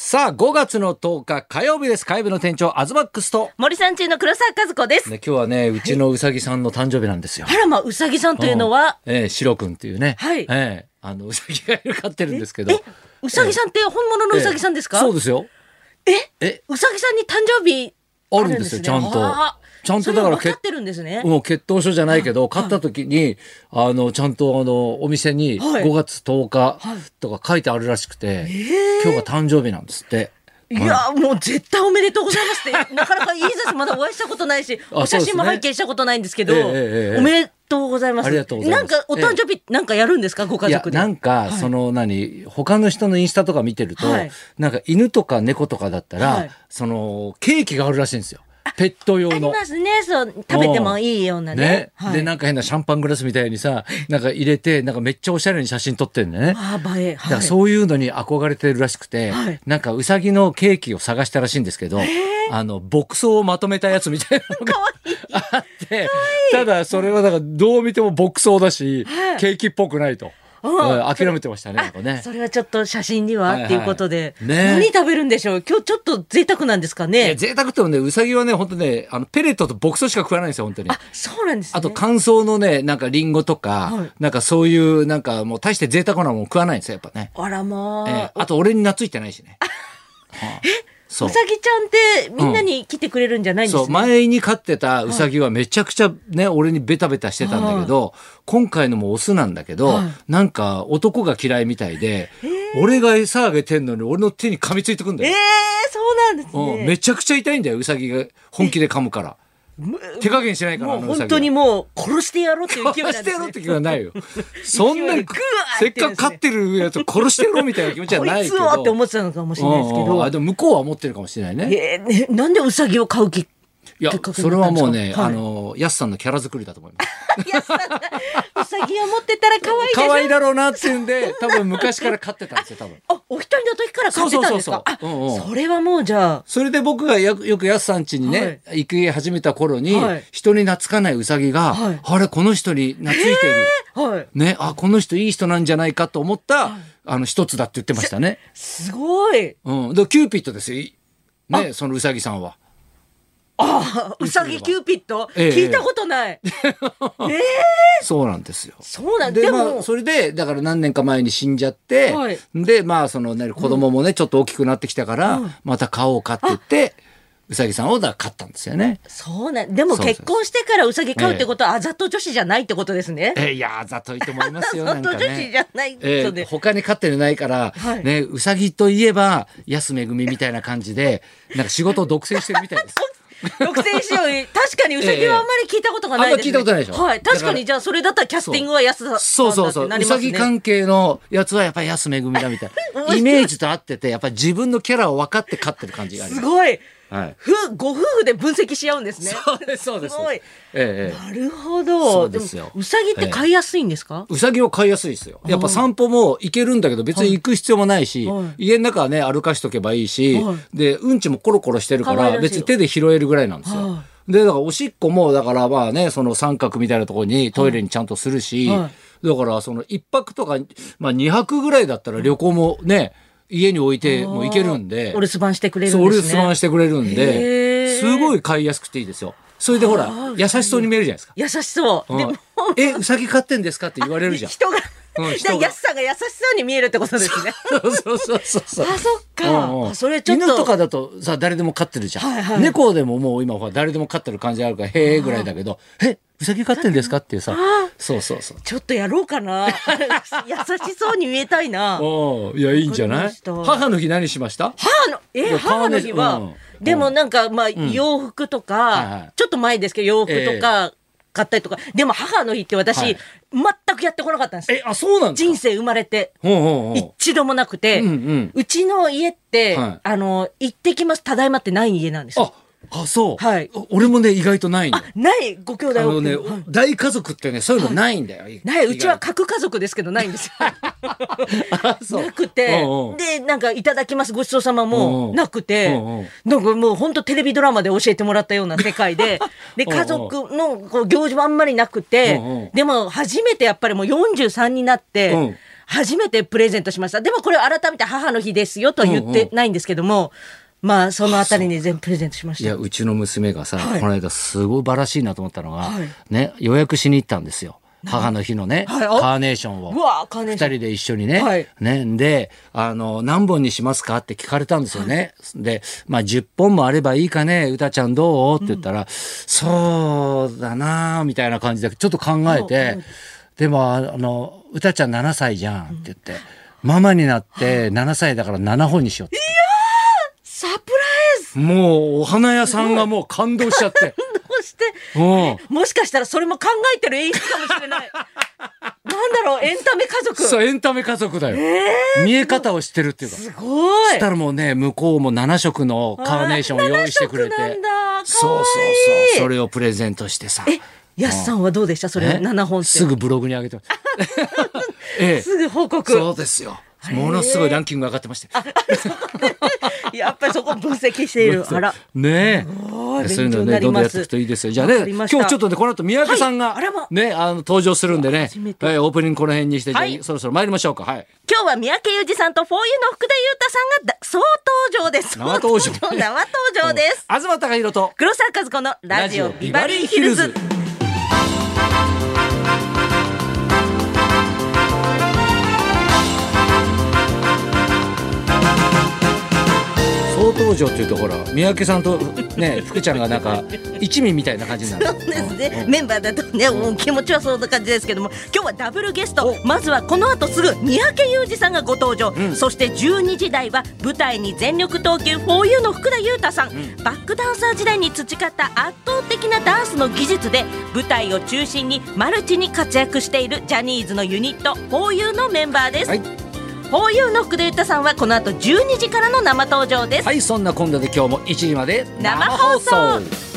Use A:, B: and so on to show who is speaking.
A: さあ5月の10日火曜日です火曜日の店長アズマックスと、
B: 森さん中の黒沢和子です。
A: ね、今日はねうちのうさぎさんの誕生日なんですよ
B: あ。らまあ、うさぎさんというのは、
A: うんええシロ君っていうね、
B: はい
A: ええあのうさぎがいる飼ってるんですけど
B: え、うさぎさんって本物のうさぎさんですか、
A: ええそうですよ
B: え
A: え
B: うさぎさんに誕生日
A: あ
B: あ
A: る
B: る
A: ん
B: ん
A: で
B: ですす
A: よ
B: ね。
A: ちゃんと
B: あー
A: ちゃんとだから
B: それは分かってるんですね。
A: もう血統書じゃないけど買った時にあのちゃんとあのお店に
B: はい
A: 5月10日
B: はい
A: とか書いてあるらしくて、
B: え
A: 今日が誕生日なんですって。
B: いやーもう絶対おめでとうございますって なかなかいいですまだお会いしたことないし
A: あ
B: お写真
A: そう
B: も
A: ですね
B: 拝見したことないんですけど
A: ええええええ
B: おめでとうございます
A: ありがとうございます
B: なんかお誕生日なんかやるんですかご家
A: いや
B: 族で
A: なんかその何、他の人のインスタとか見てると、
B: はい
A: なんか犬とか猫とかだったら、
B: はい
A: そのケーキがあるらしいんですよペット
B: あ
A: 用
B: り
A: の。
B: ますねそう食べてもいいようなね
A: ね
B: はい
A: でなんか変なシャンパングラスみたいにさなんか入れてなんかめっちゃおしゃれに写真撮ってんだよね。
B: あー映え、
A: だからそういうのに憧れてるらしくて、
B: はい
A: なんかうさぎのケーキを探したらしいんですけど、あの牧草をまとめたやつみたいな のがあってただそれはだからどう見ても牧草だし、
B: はい
A: ケーキっぽくないと、
B: うん
A: うん諦めてましたねなんかね
B: あそれはちょっと写真には、
A: はいはい
B: っていうことで、
A: ね
B: 何食べるんでしょう今日ちょっと贅沢なんですか
A: いや
B: ね
A: 贅沢ってもねうさぎはね本当ねあのペレットと牧草しか食わないんですよ本当に。
B: あそうなんですね
A: あと乾燥のねなんかリンゴとか、
B: はい
A: なんかそういうなんかもう大して贅沢なもん食わないんですよやっぱね。
B: あらまあ、
A: ええあと俺に懐いてないしね。はあそう
B: さぎちゃんってみんなに来てくれるんじゃないんです
A: そう、
B: ね、
A: 前に飼ってたウサギはめちゃくちゃね、俺にベタベタしてたんだけど、今回のもオスなんだけど、
B: はい
A: なんか男が嫌いみたいで、俺が餌あげてんのに俺の手に噛みついてくんだ
B: ええ
A: よ。
B: そうなんです
A: うん、め
B: ね、
A: ちゃくちゃ痛いんだよ、ウサギが本気で噛むから。手加減してないから、あ
B: もう
A: のウサギ
B: 本当
A: は
B: にもう殺してやろうっていう勢いなん
A: 殺
B: で
A: して
B: す、ね、
A: やろうって気はない よ。そんなに
B: 勢いでグ、ワ
A: せ
B: ー
A: っ
B: ってや
A: か
B: るん
A: く
B: ですね
A: 飼ってるやつ殺してやろうみたいな気持ちはないけど。
B: こいつはって思ってたのかもしれないですけ
A: うんうん
B: ど
A: あ、でも向こうは思ってるかもしれないね。
B: ええねなんでうさぎを飼うき
A: いや
B: きっか、け
A: そ
B: に
A: れ
B: なった
A: は
B: んです
A: もうね、
B: かはい
A: あの、やすさんのキャラ作りだと思います。
B: うさぎを持ってたら可愛いでしょ
A: 可愛いだろうなっていうんで、多分昔から飼ってたんですよ、多分。
B: あお一人の時から飼ってたんです
A: そ
B: か
A: うそうそうそううんうん
B: あそれはもうじゃあ
A: それで僕がよよくやすさん家にね、行き始めた頃に、
B: はい
A: 人に懐かないうさぎが、
B: はい
A: あれ、この人に懐いてる。
B: はい
A: ね、あ、この人いい人なんじゃないかと思った、あの、一つだって言ってましたね。
B: すごい
A: うん。で、キューピットですよ。いね、そのうさぎさんは。
B: あうさぎキューピッド、
A: ええ
B: 聞いたことない、
A: そうなんですよ。
B: そうなんで
A: で、ま
B: も、
A: あ、それで、だから何年か前に死んじゃって、
B: はい
A: で、まあ、その、ね、子供もね、ちょっと大きくなってきたから、また買おうかって言って、うさぎさんをだから買ったんですよね。
B: そうなんでも
A: そうそう
B: 結婚してからうさぎ飼うってことはあざと女子じゃないってことですね
A: えーいやー、ざといと思いま
B: あ
A: すよ、
B: ざ
A: なん
B: と
A: か
B: 女子じ
A: ね。
B: ゃないの
A: えー、
B: で
A: 他に飼ってないから、
B: はい
A: ね、うさぎといえば、安めぐみみたいな感じで、なんか仕事を独占してるみたい です。
B: 独占しよう 確かにうさぎはあんまり聞いたことがないです、
A: え
B: ね
A: えあんま聞いたことないでしょ
B: はい確か
A: だから
B: にじゃあそれだったらキャスティングは安さ
A: そうそうそ
B: さ
A: う、
B: んだっ
A: う
B: てな
A: さ
B: り
A: ぎ
B: ますね
A: 関係のやつはやっぱり安めぐみだみたい
B: 面
A: な。
B: 白い
A: イメージと合ってて、やっぱり自分のキャラを分かって飼ってる感じがありますす。
B: ごい
A: はい。
B: ふご夫婦で分析し合うんですね
A: そうです、そうです。
B: すごい
A: ええええ
B: なるほ
A: そ
B: ど
A: うですよ
B: もうさぎって飼いやすいんですか、
A: うさぎは飼いやすいですよ。やっぱ散歩も行けるんだけど、別に行く必要もないし、
B: は
A: 家の中はね、歩かしとけばいいし、
B: は
A: で、うんちもコロコロしてるか
B: 可愛らし
A: ら、
B: い
A: 別に手で拾えるぐらいなんですよ
B: は。
A: で、だからおしっこも、だからまあね、その三角みたいなところにトイレにちゃんとするし、
B: は
A: だからその一泊とか、まあ二泊ぐらいだったら旅行もね、家に置いても行けるんで。
B: お留守番してくれる
A: そうん俺
B: です
A: 留
B: ね。
A: 守番してくれるん
B: へ
A: で
B: ー
A: すごい飼いやすくていいですよそれでほら
B: あー
A: 優しそうに見えるじゃないですか
B: 優しそう。でも、
A: 「えうさぎ飼ってんですか?」って言われる じゃん。
B: 人が、
A: うん
B: 安
A: 人が
B: さが優しそうに見えるってことですね。
A: そうそうそうそうそう
B: あ、そっか。
A: うんうん
B: あそれちょっと。
A: 犬とかだとさ誰でも飼ってるじゃん、
B: はいはい
A: 猫でももう今ほら誰でも飼ってる感じあるから「へえ」ぐらいだけど「えうさぎ飼ってんですか?」っていうさそうそうそう
B: ちょっとやろうかな。 優しそうに見えたいな。
A: おいやいいんじゃ
B: わか
A: な
B: り
A: い
B: ました
A: 母の日何しました
B: 母の、え、
A: や
B: 母の日は、
A: 買わねうん
B: でもなんか、まあ、洋服とか、
A: はいはい
B: ちょっと前ですけど、洋服とか買ったりとか、でも母の日って私、
A: はい
B: 全くやってこなかったんです。
A: えあそうなんですか
B: 人生生まれて、
A: ほうほうほ
B: 一度もなくて、
A: う
B: うん
A: うん
B: ちの家って、
A: はい
B: あの、行ってきます、ただいまってない家なんですよ。
A: ああそう、
B: はい
A: お俺もね意外とないの
B: あ、ない、ご兄弟
A: あのね、
B: 多くてはい
A: 大家族ってね、そういうのないんだよ。
B: ない、うちは
A: 意
B: 核家族ですけど、ないんで すよ。
A: 外と、そう
B: なくて
A: うんうん、
B: で、なんか、いただきます、ごちそうさま
A: うんう
B: も
A: ん
B: なくて
A: うんうん、
B: なんかもう、本当テレビドラマで教えてもらったような世 界で、で、
A: うんうん
B: 家族のこう行事もあんまりなくて
A: うんうん、
B: でも、初めてやっぱりもう43になっ
A: う
B: て
A: ん、
B: 初めてプレゼントしました。でもこれを改めて母の日ですよとは言っ
A: うん
B: て
A: う
B: ないんですけども、まあ、そのあたりに全部プレゼントしまし
A: い
B: た。
A: や、うちの娘がさ、
B: はい
A: この間すごいバラしいなと思ったのが、
B: はい
A: ね、予約しに行ったんですよ。母の日のね、
B: はい
A: カ
B: あ
A: ーネーションを。
B: うわーカーネーション
A: 二人で一緒にね。
B: はい
A: ね、で、あの、何本にしますかって聞かれたんですよね。で、まあ、10本もあればいいかね、うたちゃんどうって言ったら、そうだなあみたいな感じで、ちょっと考えて、でも、あの、うたちゃん7歳じゃんって言って、ママになって7歳だから7本にしようって。
B: サプライズ
A: もう、お花屋さんがもう感動しちゃって。
B: どうして
A: うん。
B: もしかしたらそれも考えてる演出かもし れない。なんだろう、エンタメ家族。
A: そう、エンタメ家族だよ。見え方を知ってるっていうか。そ
B: すごい
A: し。たらもうね、向こうも7色のカーネーションを用意してくれて。
B: あー7色なんだ
A: そうそう
B: かわいい
A: そう。それをプレゼントしてさ。
B: え、やすさんはどうでしたそれ
A: ね
B: 7本って。
A: すぐブログに上げて ます。ええ。
B: すぐ報告。
A: そうですよ。ものすごいランキングが上がってましたよ。
B: やっぱりそこ分析し ている。あら。
A: ね
B: ごい
A: え。そういうのね、
B: 勉強にな
A: ど
B: ります
A: んどんやっていくといいですよ。じゃあね
B: わ、かり
A: 今
B: ま
A: 日
B: し
A: ち
B: た
A: ょっとね、この後三宅さんが
B: はいあらま、
A: ね、あの、登場するんでね、え
B: 初めて
A: ーオープニングこの辺にして、じゃあ
B: はい
A: そろそろ参りましょうか。はい。
B: 今日は三宅裕二さんとフォーユーの福田裕太さんがだ総登場です。
A: 生登場
B: 総 生登場です。
A: 東貴博と、
B: 黒沢和子のラジオビバリーヒルズ。
A: 総登場っていうとほら三宅さんと ね福ちゃんがなんか一味みたいな感じになる
B: そうですね、メンバーだとね、もう気持ちはそんな感じですけども今日はダブルゲスト
A: お
B: まずはこの後すぐ三宅裕二さんがご登場、
A: ん
B: そして12時台は舞台に全力投球 4U の福田裕太さん、バックダンサー時代に培った圧倒的なダンスの技術で舞台を中心にマルチに活躍しているジャニーズのユニット 4U のメンバーです、
A: はい
B: 4U の福田裕太さんはこの後12時からの生登場です、
A: はいそんな今度で今日も1時まで
B: 生放送